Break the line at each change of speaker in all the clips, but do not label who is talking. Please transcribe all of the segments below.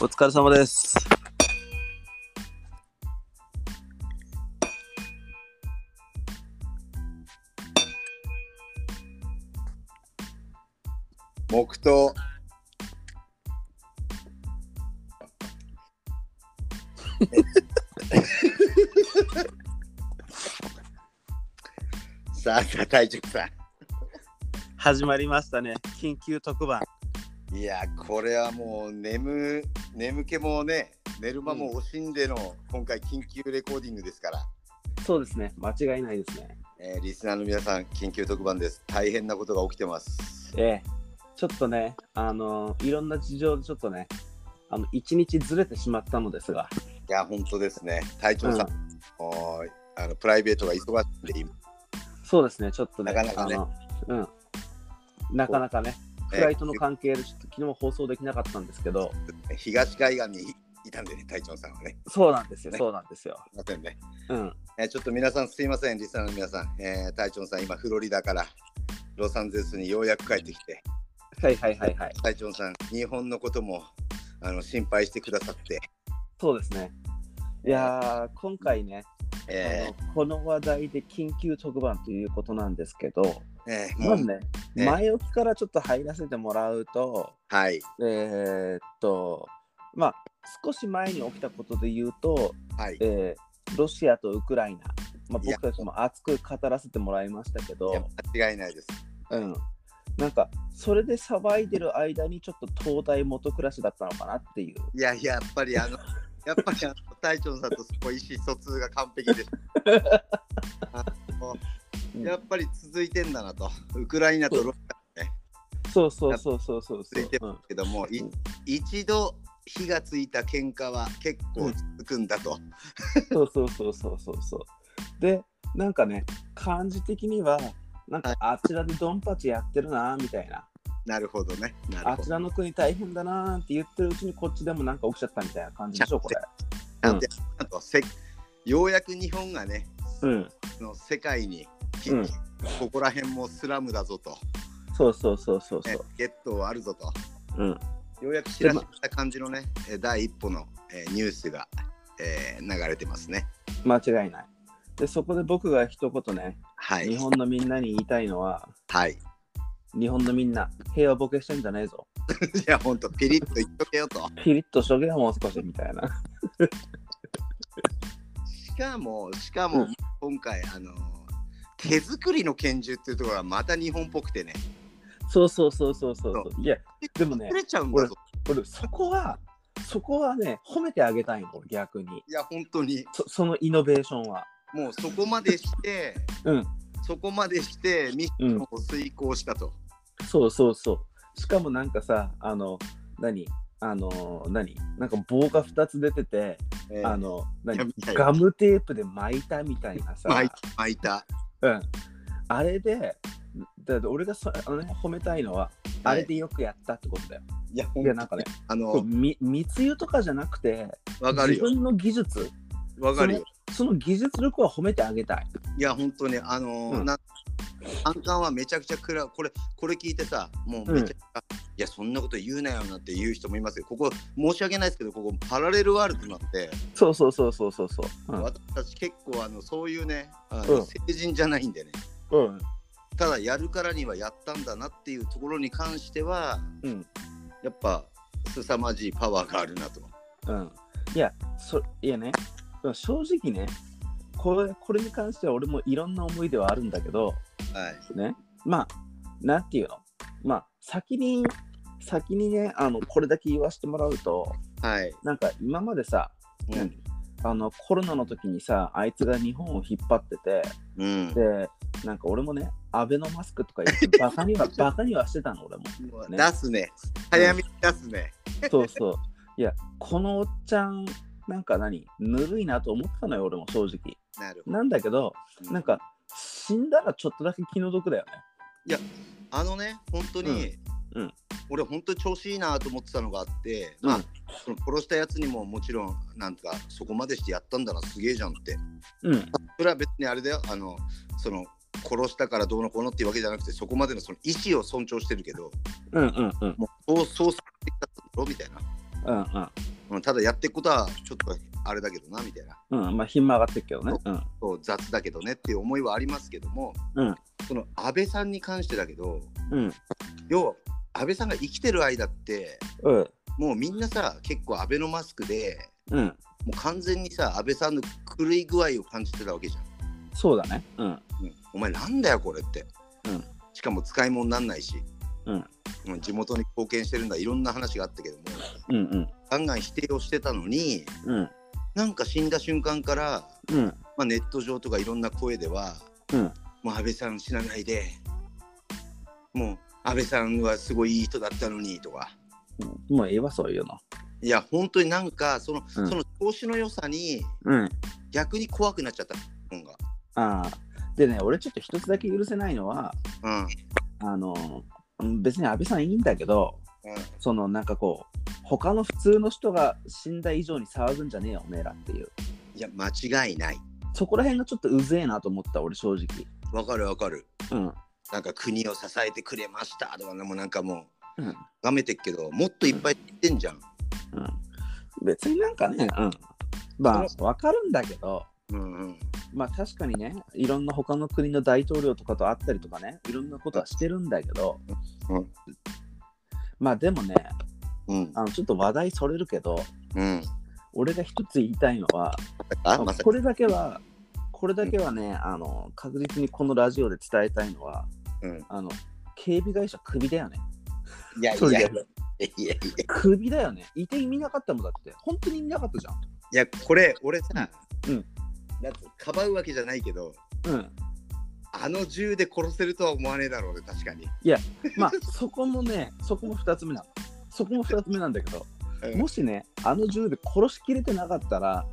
お疲れ様です。
黙祷 さあさあ大塾さ
始まりましたね。緊急特番。
んいやこれはもう眠眠気もね寝る間も惜しんでの、今回緊急レコーディングですから、
そうですね。間違いないですね。
えーリスナーの皆さん緊急特番です大変なことが起きてます
ええ。ちょっとね、あのいろんな事情でちょっとね、あの、一日ずれてしまったのですが、
いや本当ですね隊長さん、
う
もうあのプライベートが忙しいんで今
そうですね、ちょっとね、
なかなかね
あの、うん。なかなかね、フライトの関係で、ちょっと昨日放送できなかったんですけど、
東海岸にいたんでね、隊長さんはね。
そうなんですよ、
ね
そうなんですよ。
すいませんね。
うん。
えーちょっと皆さんすいません、リスナーの皆さん。えー、隊長さん、今、フロリダからロサンゼルスにようやく帰ってきて、
はいはいはいはい。
隊長さん、日本のこともあの心配してくださって、
そうですね。いやー、今回ね、
え
あのこの話題で緊急特番ということなんですけど、
ーえーも
ま
う、
ずね、
ね
前置きからちょっと入らせてもらうと、
はい、
えーっと、まあ、少し前に起きたことで言うと、
はい。
えーロシアとウクライナ、まあ、
いや
僕たちも熱く語らせてもらいましたけ
いや
ど、
間違いないです。
うん、なんか、それで騒いでる間に、ちょっと東大元暮らしだったのかなっていう。
いやいや、やっぱり、あ の、やっぱりあの、隊長さんとそこ、意思疎通が完璧 です。あのやっぱり続いてんだなと、ウクライナとロシア
そうそうそうそうそうそう。
続いて
うん
けども、い
うん
一度火がついた喧嘩は結構続くんだと。
そうそうそうそうそうそう。で、なんかね、感じ的には、なんかあちらでドンパチやってるなみたいな、
なるほどね。なる
あ
ほ
ち
ど。
らの国大変だなって言ってるうちにこっちでもなんか起きちゃったみたいな感じでしょ、これ。
なんであとせようやく日本がね、
うん、
の世界に、き
うん
ここら辺もスラムだぞと、
そうそうそうそうそ
ね
う。
ゲットあるぞと、
うん、
ようやく知らせた感じのね、え第一歩の、えーニュースが、えー流れてますね。
間違いない。で、そこで僕が一言ね、
は
日
い。
本のみんなに言いたいのは、
はい。 い
日本のみんな、平和ボケしてんじゃねえぞ。
や、ほんと、ピリッと言っとけよと。
ピリッとしとけよ、もう少しみたいな。
しかも、しか
う
も、
ん
今回、あのー手作りの拳銃っていうところがまた日本っぽくてね、
そうそうそうそうそうそう。いや、でもね
作れちゃうんだぞ。
俺、そこは、そこはね、褒めてあげたいの、俺逆に。
いや、本当に。
そそのイノベーションは。
もうそこまでして、
うん
そこまでしてミッシ
う
ョン。を遂行したと。
そうそうそう。しかもなんかさ、あの、何あの、何なんか棒が2つ出てて、
えー
あの、
いや
何
みたいな
ガムテープで巻いたみたいなさ。
巻い巻いた。
うん。あれで、だって俺がそあの、ね、褒めたいのは、あれでよくやったってことだよ。
いや、
い、
ほ
や、なんかね、こう
あの、
み密輸とかじゃなくて、
わかる
自
よ。
分の技術、
わかるよ。
その技術力は褒めてあげたい。
いや、本当に、あのー
うん
な反感はめちゃくちゃ暗い。これ、これ聞いてさ、もうめちゃくちゃ、いや、そんなこと言うなよなんて言う人もいますよ。ここ、申し訳ないですけど、ここ、パラレルワールドなんで、
そうそうそうそうそうそう。うん
私たち結構、あの、そういうね、あの
うん
成人じゃないんでね。
うん
ただ、やるからにはやったんだなっていうところに関しては、
うん
やっぱ凄まじいパワーがあるなと。
うんいやそいやね正直ねこれこれに関しては俺もいろんな思いではあるんだけど
はい。
ねまあなんていうのまあ先に先にねあのこれだけ言わせてもらうと
はい。
なんか今までさ、
うん。
あのコロナの時にさあいつが日本を引っ張ってて
うん。
でなんか俺もねアベノマスクとか言 ってバカにはバカにはしてたの俺も
もう
ね
出すね。早めに出すね。
そうそういやこのおっちゃんなんか何ぬるいなと思ってたのよ俺も正直
なるほ
なんだけど、
ど。
なんか、死んだらちょっとだけ気の毒だよね。
あのね、本当に、
うんうん
俺、本当に調子いいなと思ってたのがあって、まあ、その殺したやつにももちろん、なんか、そこまでしてやったんだな、すげえじゃんって。
うん、
それは別にあれだよ、あの、その、殺したからどうのこうのっていうわけじゃなくて、そこまでのその意思を尊重してるけど、
うん、うん、うん。
もう、そう、そうされてきたんだろみたいな。
うんうん。
うんただやっていくことはちょっとあれだけどなみたいな
うん、まあ、品も上がってるけどね。うん。
そう雑だけどねっていう思いはありますけども、
うん
その安倍さんに関してだけど
うん。
要は安倍さんが生きてる間って
うん。
もうみんなさ結構アベノマスクで
うん。
もう完全にさ安倍さんの狂い具合を感じてたわけじゃん、
そうだね。うん。
うんお前なんだよこれって、
うん
しかも使い物になんないし、
うん
うん地元に貢献してるんだいろんな話があったけども
うんうん。
ガンガン否定をしてたのに
うん。
なんか死んだ瞬間から、
うん。
まあ、ネット上とかいろんな声では、
うん
もう安倍さん死なないでもう安倍さんはすごいいい人だったのにとか
うんもうええわ、そういうの。
いや本当になんかその,、
うん
その調子の良さに
うん。
逆に怖くなっちゃった本が。
ああ。でね、俺ちょっと一つだけ許せないのは、
うん
あの、うん別に安倍さんいいんだけど、
うん
そのなんかこう、他の普通の人が死んだ以上に騒ぐんじゃねえよ、おめえらっていう。
いや、間違いない。
そこら辺がちょっとうぜえなと思った、俺正直。
わかるわかる。
うん。
なんか国を支えてくれましたとかね、もうなんかもう、
うん。
がめてっけど、もっといっぱい言ってんじゃん。
うん。別になんかね、うん。まあ、わかるんだけど、
うんうん。
まあ確かにね、いろんな他の国の大統領とかと会ったりとかね、いろんなことはしてるんだけど、
うん
まあでもね、
うん。
あのちょっと話題それるけど、
うん。
俺が一つ言いたいのは、
あ、まさ
これだけは、これだけはね、あの確実にこのラジオで伝えたいのは、
うん
あの警備会社、クビだよね。
いやい
そ
や
れ
いや
で
いやいや。
クビだよね。いてみなかったもんだって、本当に見なかったじゃ
いや、これ、俺さ、
うん。
なんか、かばうわけじゃないけど、
ん。うん。
あの銃で殺せるとは思わねえだろうね、確かに。
まあ、そこもね、そこも2つ目なの。そこも2つ目なんだけど、
うん
もしね、あの銃で殺しきれてなかったら、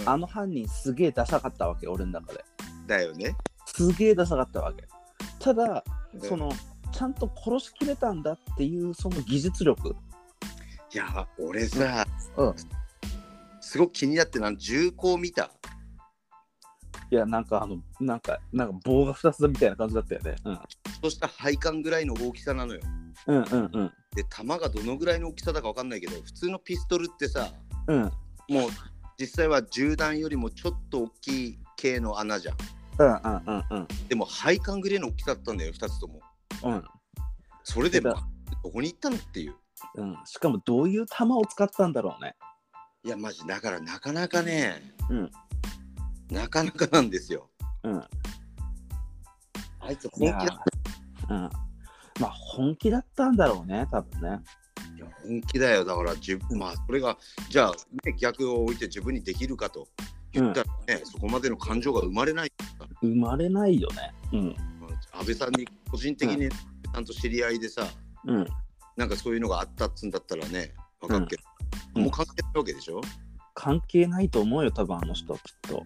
うん
あの犯人すげえダサかったわけ、俺の中で。
だよね。
すげえダサかったわけ。ただ、
うん
その、ちゃんと殺しきれたんだっていうその技術力。
いや、俺さ、
うん。
すごく気になってな、銃口見た。
いや、なんかあの、なんか、なんか棒が2つだみたいな感じだったよね。うん。
そうした配管ぐらいの大きさなのよ。
うんうんうん。
で、弾がどのぐらいの大きさだかわかんないけど、普通のピストルってさ、
うん
もう実際は銃弾よりもちょっと大きい系の穴じゃん
うんうんうんうん。
でも配管グレーの大きさだったんだよ2つとも
うん
それで
出た
まどこに行ったのっていう
うん、しかもどういう弾を使ったんだろうね。
いやマジだからなかなかね、
うん
なかなかなんですよ
うん。
あいつ本
い
気
や
だ
うん、まあ本気だったんだろうね多分ね
いや本気だよだからじゅまあそれがじゃあ、ね、逆を置いて自分にできるかと言ったらね、そこまでの感情が生まれない
生まれないよねうん
安倍さんに個人的に、ちゃんと知り合いでさ
うん
なんかそういうのがあったっつんだったらね分かるけど、
うん
もう関係ないわけでしょ、
関係ないと思うよ多分あの人はきっと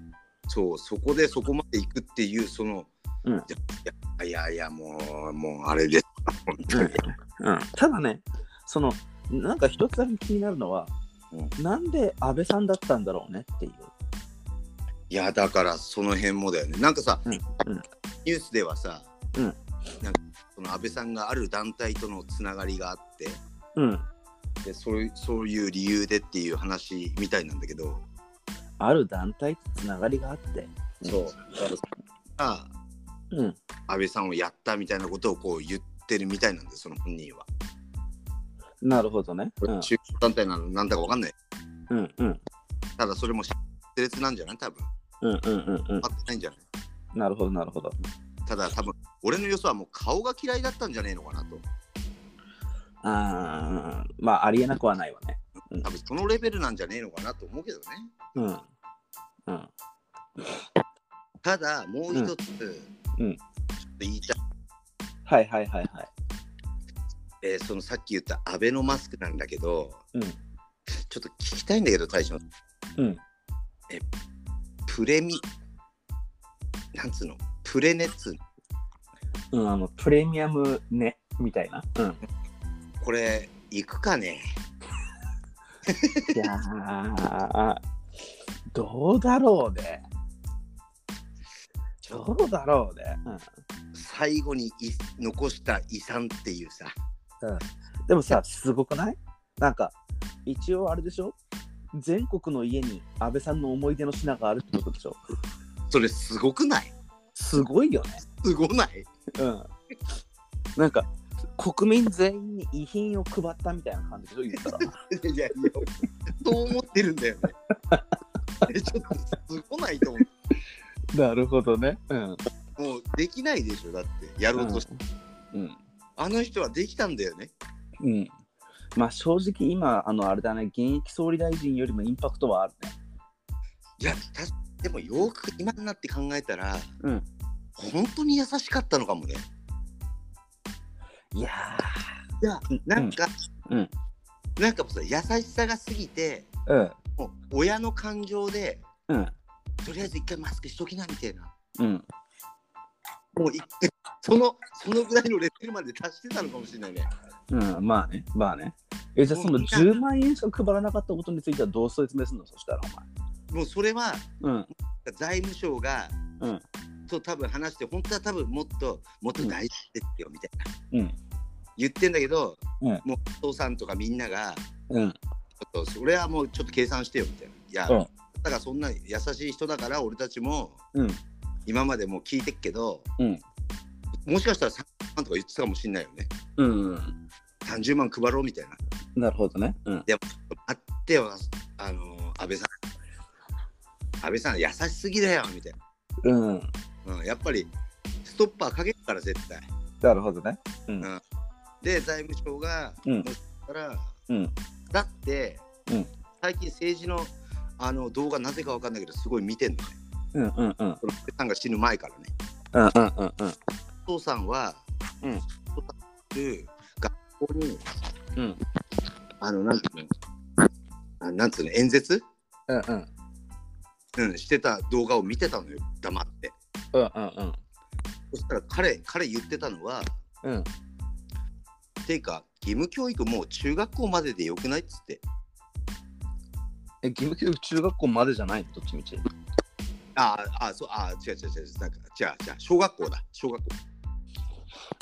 そう、そこでそこまで行くっていう、その、
うん
いやいやいやいや、もう、もうあれです。本当に。
うんただねそのなんか一つだけ気になるのは、
う
なんで安倍さんだったんだろうねっていう
いや、だからその辺もだよね。なんかさ、
うんうん
ニュースではさ、
うん
なんかその安倍さんがある団体とのつながりがあって、
うん
でそういうそういう理由でっていう話みたいなんだけど、
ある団体とつながりがあってうん
そう。だからあ
うん
安倍さんをやったみたいなことをこう言ってるみたいなんで、その本人は。
なるほどねうん
中国団体なのなんだかわかんない。
うんうん
ただそれも熾烈なんじゃない多分。
うんうんうんうん
合ってないんじゃない
なるほどなるほど
ただ多分俺の予想はもう顔が嫌いだったんじゃねえのかなと
あーまあありえなくはないわね
多分そのレベルなんじゃねえのかなと思うけどね
うんうん
ただもう一つ、
うんうん
ちょっと言いたい、
はいはいはいはい
えーそのさっき言ったアベノマスクなんだけど
うん
ちょっと聞きたいんだけど大将
うん
プレミなんつうのプレネッツ
うん、あのプレミアムねみたいな。うん、
これ行くかね
いやーどうだろうね。
ちょ
どうだろうね。
最後にい残した遺産っていうさ
うん、でもさ、すごくないなんか一応あれでしょ全国の家に安倍さんの思い出の品があるってことでしょ
それすごくない
すごいよね。
すごない
うん。なんか、国民全員に遺品を配ったみたいな感じでしょ言ったら。
いやいや、そう思ってるんだよね。 えちょっとすごないと思
なるほどね。うん。
う。もうできないでしょ、だって、やろうとして。
うん。
あの人はできたんだよね。
うん。まあ正直今、あの、あれだね、現役総理大臣よりもインパクトはあるね。
いや、たでもよく今になって考えたら、
うん
本当に優しかったのかもね。
いや
いや、なんか、
うんうん
なんかもうさ、優しさが過ぎて、
ー。
もう親の感情で、
うん。うん。
とりあえず一回マスクしときなみたいな。
うん。
もう一回、その、そのぐらいのレベルまで達してたのかもしれないね。
うん。まあね。まあね。え、じゃあその10万円しか配らなかったことについてはどう説明するのそしたら
もうそれは、
お前。うん。
財務省が、
うん
と多分話して本当は多分もっともっと大事ですよみたいな
うん。
言ってんだけど、
うん
もうお父さんとかみんなが
うん。
ちょっとそれはもうちょっと計算してよみたいないや、
うん
だからそんな優しい人だから俺たちも
うん。
今までもう聞いてっけど、
うん
もしかしたら3万とか言ってたかもしんないよね
うん。
30万配ろうみたいな
なるほどね。うん。
あってはあの安倍さん安倍さん優しすぎだよみたい
うん。
な、うん、やっぱりストッパーかけるから絶対
なるほどね。うん
で財務省が
うん
から、
うん
だって、
うん
最近政治のあの動画なぜかわかんないけどすごい見てんのね
うんうんうん。
その安倍さんが死ぬ前からね
うんうんうんうん。
お父さんは、
うん
お父さんいる学校に、
うん
あのなんていうのあなんていうの演説、
うんうん
うん、してた動画を見てたのよ黙って
うんうん
そしたら彼彼言ってたのは
うんうん
ていうか義務教育もう中学校まででよくないっつって
え義務教育中学校までじゃないのどっちみち
あああそうあ違う違う違うなんか違う違う小学校だ小学校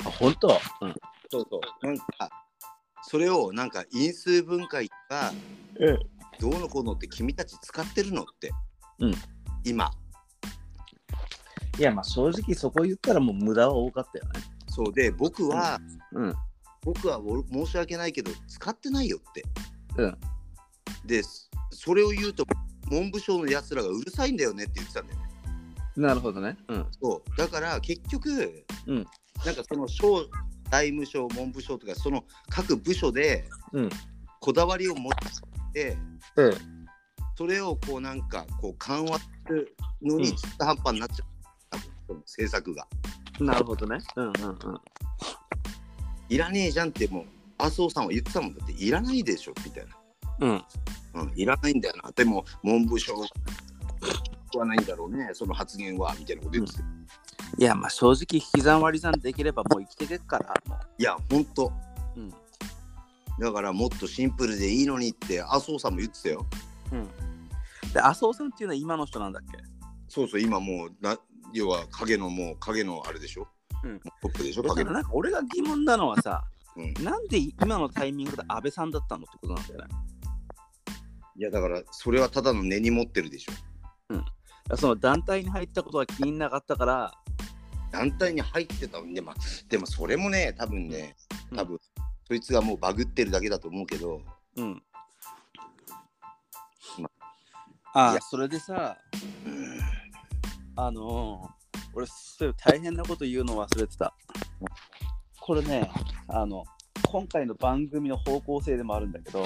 あ本当うん
そうそう。なんか、それをなんか因数分解が
うん
どうのこうのって君たち使ってるのって、
うん
今。
いやまあ正直そこ言ったらもう無駄は多かったよね
そうで、僕は、
うん
僕はお申し訳ないけど、使ってないよって。
うん
で、そそれを言うと、文部省のやつらがうるさいんだよねって言ってたんだよね。
なるほどねうん
そうだから結局、
うん
なんかその省、財務省、文部省とか、その各部署で
うん
こだわりを持って、
うん
それをこうなんかこう緩和するのに
うん
中途半端になっちゃう、多分その政策が
なるほどねうんうんうん
いらねえじゃんってもう麻生さんは言ってたもんだっていらないでしょみたい
うん
な、うん、いらないんだよなでも文部省はないんだろうねその発言はみたいなこと言ってて、
いやまあ正直引き算割り算できればもう生きてけっからも
いやほんと
ううん
だからもっとシンプルでいいのにって麻生さんも言ってたよ
で麻生さんっていうのは今の人なんだっけ
そうそう今もうな要は影のもう影のあれでしょ、
うん
トップでしょ
だか
影
ら
の
なんか俺が疑問なのは さ、
うん
なんで今のタイミングで安倍さんだったのってことなんだよね
いやだからそれはただの根に持ってるでしょ
その団体に入ったことは気になかったから、
団体に入ってたんで、まあ、でもそれもね、多分ね、
うん
多分、そいつがもうバグってるだけだと思うけど、
うん。
ま
あ
い
あ
や、
それでさ、
うん
あのー俺、そういう大変なこと言うの忘れてた。これね、あの、今回の番組の方向性でもあるんだけど、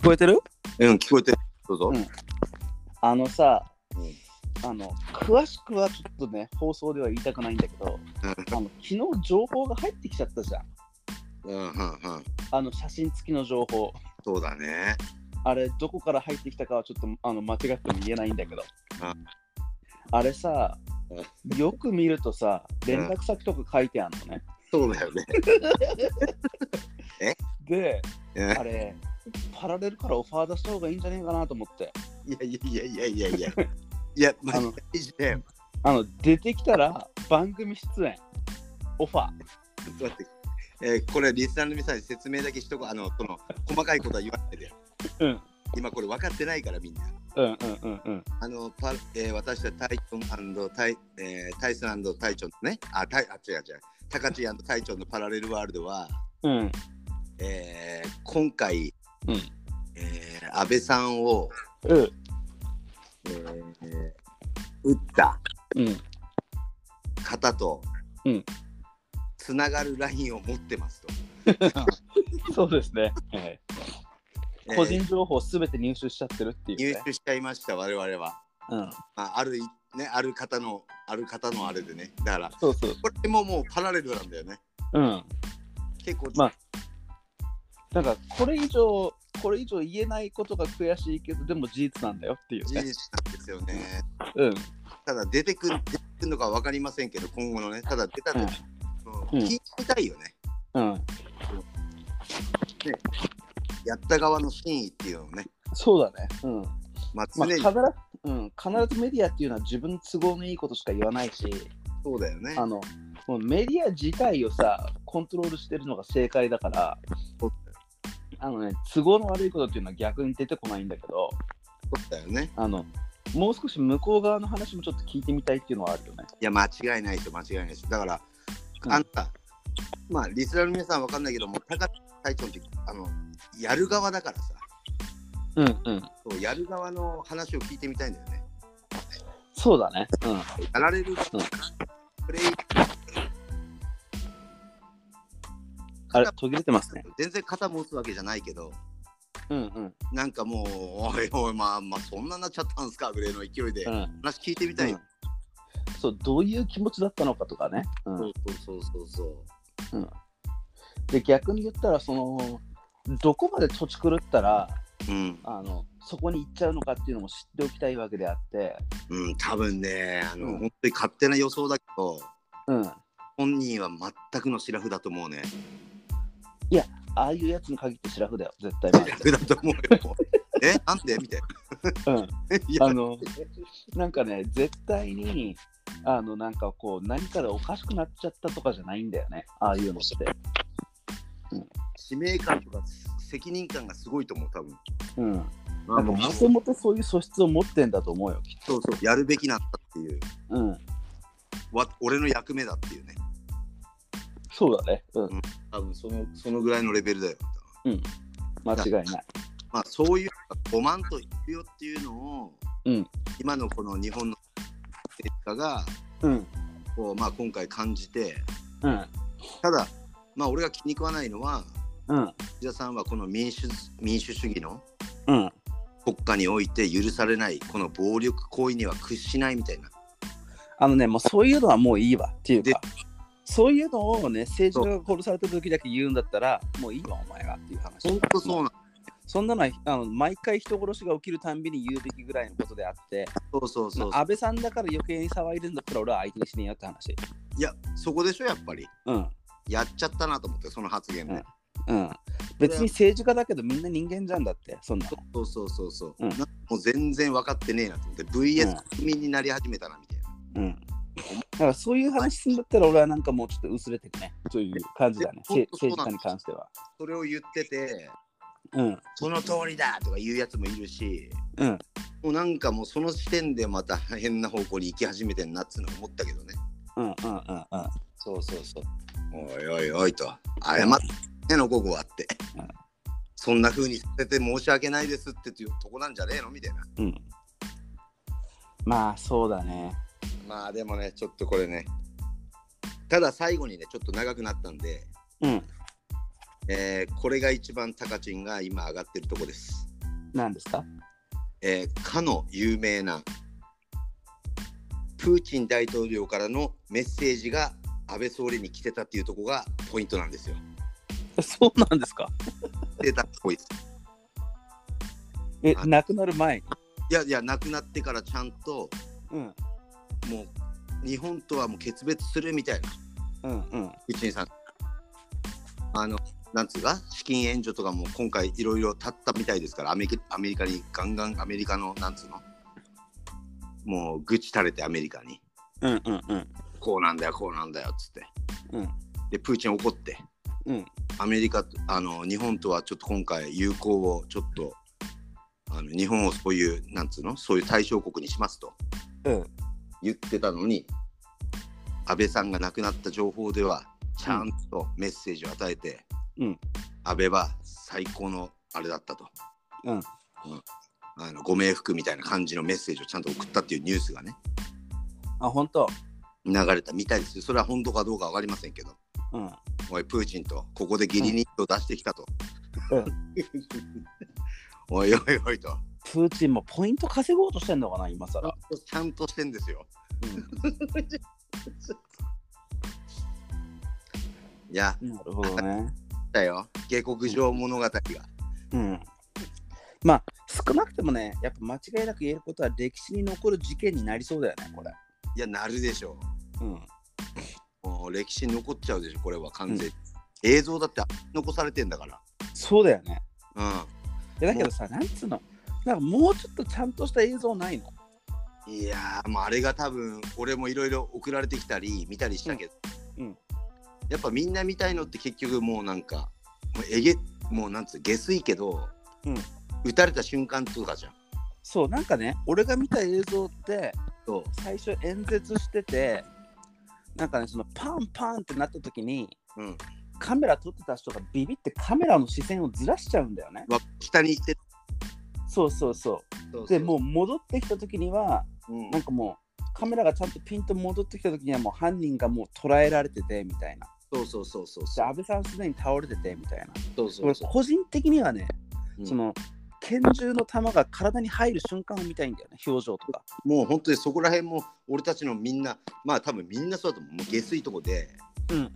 聞こえてる
うん、聞こえてる、どうぞ。
うんあのさ、
うん
あの、詳しくはちょっとね、放送では言いたくないんだけど、あの昨日情報が入ってきちゃったじゃん。
うん、うん、うん、うん
あの、写真付きの情報。
そうだね。
あれ、どこから入ってきたかはちょっとあの間違っても言えないんだけど
あ。
あれさ、よく見るとさ、連絡先とか書いてあるのね。
そうだよね。
で、
うん
あれ、パラレルからオファー出した方がいいんじゃねえかなと思って。
いやいやいやいやいやいや。いや、まあ
あの、
大事だよ。
あの、出てきたら番組出演、オファー。
だって、えーこれリスナーの皆さんに説明だけしとこうあのその細かいことは言わないで、
うん
今これ分かってないからみんな
うんうんうんうん。
あのパ、えー、私はタイチョンタイ、えー、タイスンタイチョンのねあタイあ違う違うタカチタイチョンのパラレルワールドは、
うん。
えー今回、
うん
えー安倍さんを、
うん。
えー撃った
うん。
方と、
うん
つながるラインを持ってますと。
そうですね。はい
えー
個人情報すべて入手しちゃってるっていう、
入
ね。
手しちゃいました我々は、
うん。
まあ、あるいねある方のある方のあれでねだから
そうそう。
これももうパラレルなんだよね
うん。
結構、
まあなんかこれ以上これ以上言えないことが悔しいけどでも事実なんだよっていう
事
ね。
実なんですよね
うん。
ただ出てくる出てくるのか分かりませんけど今後のねただ出た時、
うん
うん聞いてみたいよね
うん。
やった側の真意っていうのをね
そうだね。うん。
ま
ま
あ常
あ、
に
必ず、うん、必ずメディアっていうのは自分の都合のいいことしか言わないし、
そうだよね
あの、もうメディア自体をさ、コントロールしてるのが正解だから
そう、
あのね、都合の悪いことっていうのは逆に出てこないんだけど、
そうだよね
あの、もう少し向こう側の話もちょっと聞いてみたいっていうのはあるよね。
いや間違いないと間違いないですだから、
うん
あんたまあリスナーの皆さん分かんないけども高橋隊長ってあのやる側だからさ
うんうん。
そうやる側の話を聞いてみたいんだよね。
そうだね。うん。
やられる、プレイ
あれ、途切れてますね。
全然肩持つわけじゃないけど、
うんうん。
なんかもう、おいおい、まあまあ、そんななっちゃったんすかぐらいの勢いで、
うん。
話聞いてみたい、
うんそう、どういう気持ちだったのかとかね。うん
そうそうそうそうそ
で逆に言ったらそのどこまで土地狂ったら
う。うん、
あのそこに行っちゃうのかっていうのも知っておきたいわけであって、
うん、多分ね、あの、
うん
本当に勝手な予想だけど、
うん、あ
本人は全くのシラフだと思うね。
あいうやつに限ってシラフだよ絶対
シラフだと思うよ。 え、なん でみたいな。
うん
いや
あのなんかね絶対にあのなんかこう何かでおかしくなっちゃったとかじゃないんだよねああいうのって、
使命感とか責任感がすごいと思う、多分。
うん、なんか
もう
もともとそういう素質を持ってんだと思うよきっ
そうそう、やるべきなんだっていう。
と、うん、
わ俺の役目だっていうね
そうだね、うん、
多分そのそのぐらいのレベルだよ
間違いない
まあそういう5万といくよっていうのを、
うん
今のこの日本の結果が
うん
こう、まあ、今回感じて
うん
ただまあ俺が気に食わないのは
うん
岸田さんはこの民主民主主義の
うん
国家において許されないこの暴力行為には屈しないみたいな
あのね、もうそういうのはもういいわっていう
で
か、そういうのをね、政治家が殺された時だけ言うんだったら、もういいわ、お前はっていう話。
本当そ
も
うな
うんそんなのはあの毎回人殺しが起きるたんびに言うべきぐらいのことであって、
そうそうそう、
まあ安倍さんだから余計に騒いでんだったら俺は相手にしねえよって話。
いやそこでしょやっぱり
うん。
やっちゃったなと思ってその発言で、
うんうん。別に政治家だけどみんな人間じゃんだって、そんなの。
そうそうそうそう、
うん
なもう全然分かってねえなと思って
うん
VS 国民になり始めたなみたいな、
うん。だからそういう話するんだったら俺はなんかもうちょっと薄れてくね。という感じだね。せ
えそう
政治家に関しては。
それを言ってて
うん。
その通りだとか言うやつもいるし
うん。
もうなんかもうその時点でまた変な方向に行き始めてんなっつうの思ったけどね
うんうんうんうん。
そうそうそうおいおいおいと謝ってのここはって、
うん
そんな風にさせて申し訳ないですってっていうとこなんじゃねえのみたいな
うん。まあそうだね。
まあでもねちょっとこれねただ最後にねちょっと長くなったんで
うん。
えーこれが一番タカチンが今上がってるとこです。
なんですか
えーかの有名なプーチン大統領からのメッセージが安倍総理に来てたっていうとこがポイントなんですよ。
そうなんですか
来てたっぽいです。
え、
あ
亡くなる前に。
いやいや、亡くなってからちゃんと
うん。
もう日本とはもう決別するみたいな、
うんうん。
プーチンさん。あの、なんつうか、資金援助とかも今回いろいろ立ったみたいですから、アメリカアメリカにガンガンアメリカの、なんつうの、もう愚痴垂れてアメリカに。
うんうんうん。
こうなんだよこうなんだよっつって、
うん
でプーチン怒って
うん
アメリカとあの日本とはちょっと今回友好をちょっとあの日本をそういうなんつうのそういう対象国にしますと
うん
言ってたのに安倍さんが亡くなった情報ではちゃんとメッセージを与えて、
うん
安倍は最高のあれだったと、
うん
あのご冥福みたいな感じのメッセージをちゃんと送ったっていうニュースがね
あ本当
流れたみたいですそれは本当かどうか分かりませんけど
うん
おいプーチンとここで義理人を出してきたと、
うん
おいおいおいと
プーチンもポイント稼ごうとしてんのかな今更
ちゃんとしてんですよいや
うん、なるほどね
だよ下克上物語が
うんまあ少なくてもねやっぱ間違いなく言えることは歴史に残る事件になりそうだよねこれ
いやなるでしょ
うん
うもう歴史に残っちゃうでしょこれは完全に、映像だって残されてんだから
そうだよね
うん
いやだけどさなんつうのなんかもうちょっとちゃんとした映像ないの
いやーもうあれが多分俺もいろいろ送られてきたり見たりしたけど、
うんうん
やっぱみんな見たいのって結局もうなんかもうえげもうなんつう下水けど、
うん
撃たれた瞬間とかじゃん
そうなんかね俺が見た映像って
そう
最初演説しててなんかねそのパンパンってなった時に
うん
カメラ撮ってた人がビビってカメラの視線をずらしちゃうんだよね
わ北に行って
そうそうそうでもう、戻ってきた時には
うん
なんかもうカメラがちゃんとピンと戻ってきた時にはもう犯人がもう捉えられててみたいな
そうそうそうそう
で
そう
安倍さんすでに倒れててみたいな
そうそうそう
俺個人的にはね
うん
その拳銃の弾が体に入る瞬間を見たいんだよね表情とか
もう本当にそこら辺も俺たちのみんなまあ多分みんなそうだと思うもう下水とこで
うん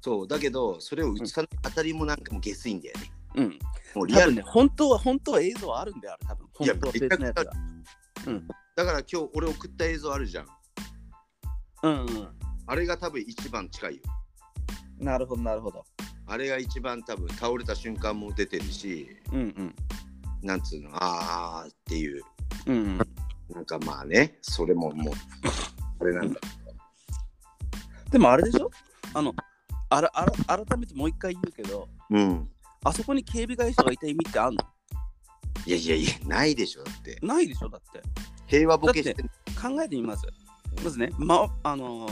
そうだけどそれを映さないあたりもなんかもう下水んだよね、
うん
もうリ
多
アル
分ね本当は本当は映像はあるんだよあれ多分
いや
本当は別のやつ
めち
が
だから今日俺送った映像あるじゃん
うんう
あれが多分一番近いよ。
んなるほどなるほど
あれが一番多分倒れた瞬間も出てるし、
うんうん
なんつうの、あーっていう、
うんうん
なんかまあね、それももう、あれなんだ。
でもあれでしょあのあらあら改めてもう一回言うけど
うん。
あそこに警備会社がいた意味ってあんの
いやいやいや、ないでしょ、だって。
ないでしょだって
平和ボケして
だ考えてみますまずね,、まあの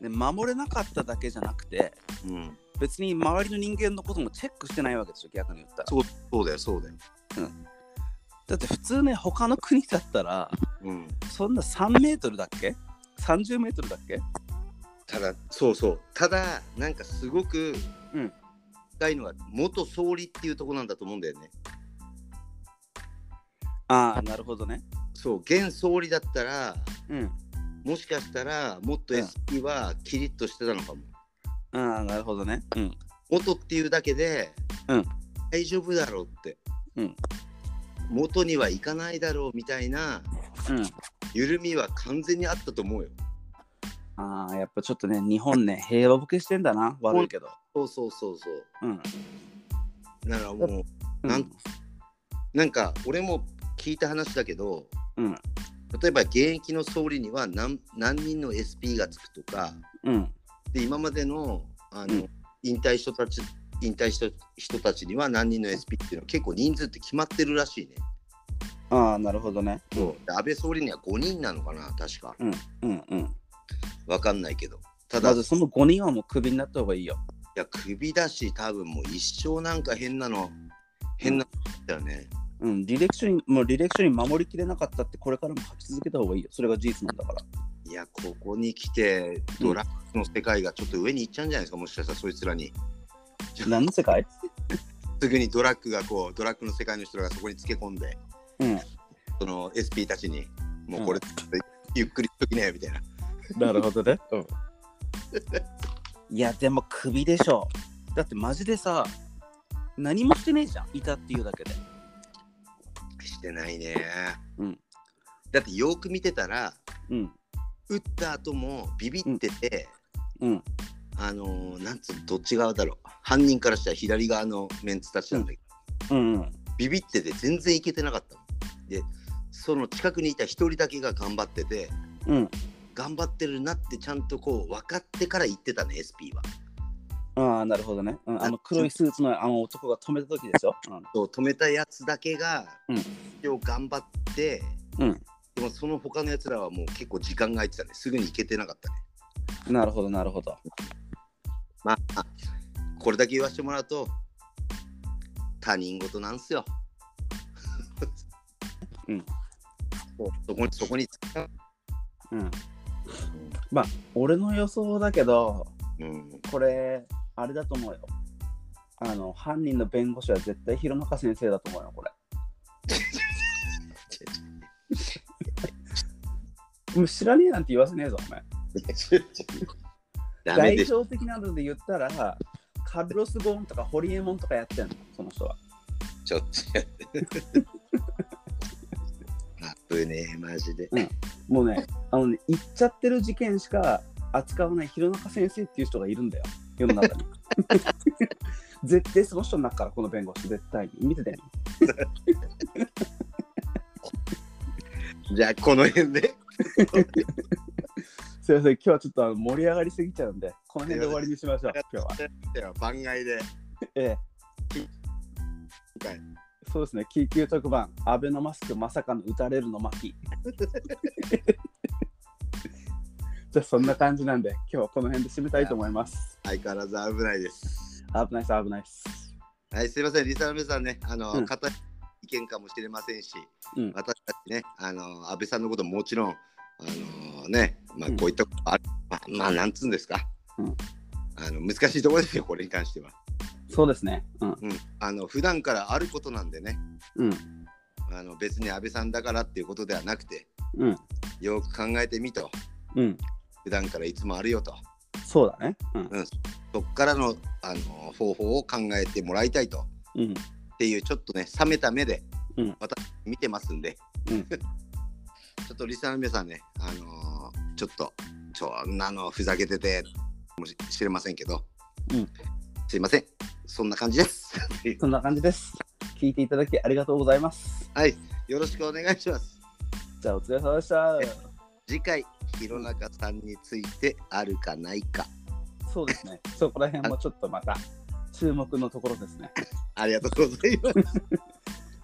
ね守れなかっただけじゃなくて
うん。
別に周りの人間のこともチェックしてないわけでしょ逆に言ったら
そうそうだよ、そうだよ。
だって普通ね他の国だったら
うん。
そんな3メートルだっけ30メートルだっけ
ただ、そうそう。ただ、なんかすごく、
うん。
深いのは、元総理っていうとこなんだと思うんだよね。
ああなるほどね
そう、現総理だったら、
うん
もしかしたら、もっと SP はキリッとしてたのかも。
ああなるほどねうん
元っていうだけで、
うん
大丈夫だろうって、
うん
元にはいかないだろうみたいな
うん
緩みは完全にあったと思うよ
ああやっぱちょっとね日本ね平和ボケしてんだな悪いけど
そうそうそうそう
うん、
だからもう
うん、
なんなんか俺も聞いた話だけど、
うん
例えば現役の総理には何何人の SP がつくとか
うん
で今までのあの、
うん
引退人たち引退した人たちには何人の SP っていうのは結構人数って決まってるらしいね。
ああなるほどね
そうで安倍総理には5人なのかな確か。
うんうんうん
わかんないけど。ただ、
ま
い
ずその5人はもうクビになった方がいいよ
や、首だし、多分もう一生なんか変なの、変なのだよね。
うん履歴書にもう履歴書に守りきれなかったってこれからも書き続けた方がいいよそれが事実なんだから
いや、ここに来て、ドラッグの世界がちょっと上に行っちゃうんじゃないですか、もしかしたらそいつらに。
何の世界
すぐにドラッグがこう、ドラッグの世界の人らがそこにつけ込んで、
うん
その SP たちに、もうこれ、ゆっくりしときなよみたいな。
なるほどね。いや、でもクビでしょ。だってマジでさ、何もしてねえじゃん。いたっていうだけで。
してないね。
うん
だって、よく見てたら、
うん。
打った後もビビってて、
うん。
あのーなんつうのどっち側だろう犯人からしたら左側のメンツたちなんだけど、
うん、うん。
ビビってて全然いけてなかったのでその近くにいた一人だけが頑張ってて
うん。
頑張ってるなってちゃんとこう分かってから言ってたね SP は
ああ、なるほどね。うん、あの黒いスーツのあの男が止めた時でしょ。うん、
そう止めたやつだけが
うん
一応頑張って、
うん
でもその他のやつらはもう結構時間が空いてたねすぐに行けてなかったね
なるほど、なるほど。
まあこれだけ言わせてもらうと他人事なんすよ
うん
そうそこにそこに
うん、俺の予想だけど、
うん
これ、あれだと思うよ。あの、犯人の弁護士は絶対弘中先生だと思うよ、 これ。もう知らねえなんて言わせねえぞ、お前。
ダメ
代
でしょ
表的なので言ったら、カルロス・ゴーンとかホリエモンとかやってんの、その人は。
ちょっとやって危ねえマジで
もうね、あのね、言っちゃってる事件しか扱わない弘中先生っていう人がいるんだよ、世の中に。 絶対その人になるから、この弁護士、絶対に。見てて、
じゃあこの辺で
すいません、今日はちょっとあの盛り上がりすぎちゃうんで、この辺で終わりにしましょう、 今日は。
番外で
ええ
今回
そうですね、緊急特番、アベノマスク、まさかの打たれるの巻。 じゃあ、そんな感じなんで、今日はこの辺で締めたいと思います。
相変わらず危ないです
危ないです、危ないです。
はいすいませんリサの皆さんねあの、
うん
固い意見かもしれませんし
うん、
私たちねあの安倍さんのこともちろんあのねまあ
うん
こういったことある、まあ、まあなんつうんですか、
うん
あの難しいところですよこれに関しては、
そうですね。うん、
うん、あの普段からあることなんでね
うん、
あの別に安倍さんだからっていうことではなくて
うん、
よく考えてみと
うん、
普段からいつもあるよと
そうだね。うん、
そこからのあの方法を考えてもらいたいと
うん、
っていうちょっとね冷めた目で
うん
また見てますんで、
うん
ちょっとリスナーの皆さんね、あのーちょっとちょんなのふざけててもし知れませんけど、
うん
すいませんそんな感じです
そんな感じです。聞いていただきありがとうございます。
はいよろしくお願いします
じゃあ、お疲れ様でした。
次回弘中さんについてあるかないか
そうですね。そこら辺もちょっとまた注目のところですね。
ありがとうございます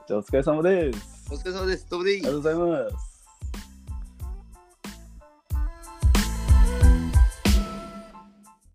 じゃあ、お疲れ様です。
お疲れ様ですどうもでいい
ありがとうございます。